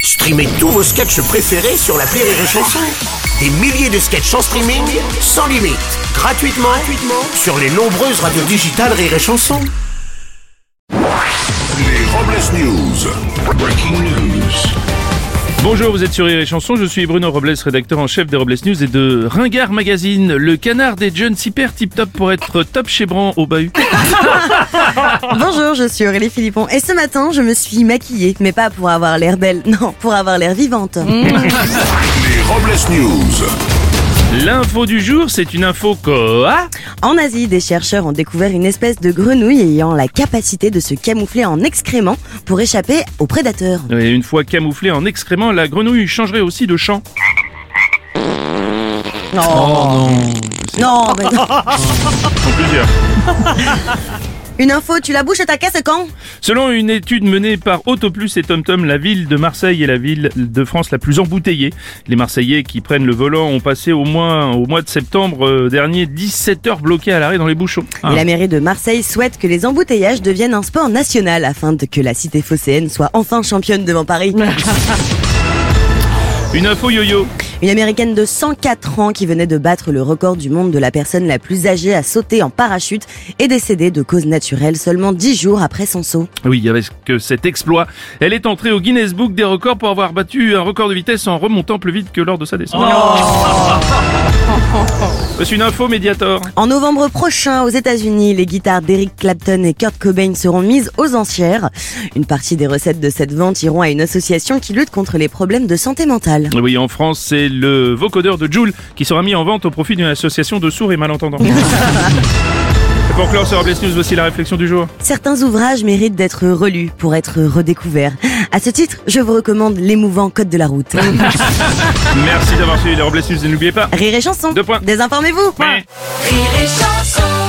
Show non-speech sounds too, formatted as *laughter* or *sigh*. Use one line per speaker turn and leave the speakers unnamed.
Streamez tous vos sketchs préférés sur la Rire et Chanson. Des milliers de sketchs en streaming, sans limite, gratuitement, gratuitement sur les nombreuses radios digitales Rire et Chanson.
Les Robles News. Breaking news.
Bonjour, vous êtes sur Rire et Chanson, je suis Bruno Robles, rédacteur en chef des Robles News et de Ringard Magazine. Le canard des John Super tip top pour être top chez Bran au bahut.
Bonjour, je suis Aurélie Philippon et ce matin, je me suis maquillée, mais pas pour avoir l'air belle, *laughs* non, pour avoir l'air vivante.
Les Robles News.
L'info du jour, c'est une info quoi
En Asie, des chercheurs ont découvert une espèce de grenouille ayant la capacité de se camoufler en excréments pour échapper aux prédateurs.
Et une fois camouflée en excréments, la grenouille changerait aussi de champ.
Non. non. mais non.
En plusieurs.
Une info, tu la bouches à ta caisse quand
Selon une étude menée par Autoplus et TomTom, la ville de Marseille est la ville de France la plus embouteillée. Les Marseillais qui prennent le volant ont passé au moins au mois de septembre euh, dernier 17 heures bloquées à l'arrêt dans les bouchons.
Et la mairie de Marseille souhaite que les embouteillages deviennent un sport national afin de que la cité phocéenne soit enfin championne devant Paris.
Une info yo-yo.
Une américaine de 104 ans qui venait de battre le record du monde de la personne la plus âgée à sauter en parachute est décédée de cause naturelle seulement 10 jours après son saut.
Oui, avec que cet exploit, elle est entrée au Guinness Book des records pour avoir battu un record de vitesse en remontant plus vite que lors de sa descente. *laughs* C'est une info Mediator.
En novembre prochain, aux États-Unis, les guitares d'Eric Clapton et Kurt Cobain seront mises aux enchères. Une partie des recettes de cette vente iront à une association qui lutte contre les problèmes de santé mentale.
Oui, en France, c'est le vocodeur de Joule qui sera mis en vente au profit d'une association de sourds et malentendants. Et Pour clore ce Robles News, voici la réflexion du jour.
Certains ouvrages méritent d'être relus pour être redécouverts. À ce titre, je vous recommande l'émouvant Code de
*laughs*
la route.
Merci d'avoir suivi les Robles News et n'oubliez pas,
Rire et chanson.
Deux points.
Désinformez-vous.
Ouais.
Rire et chanson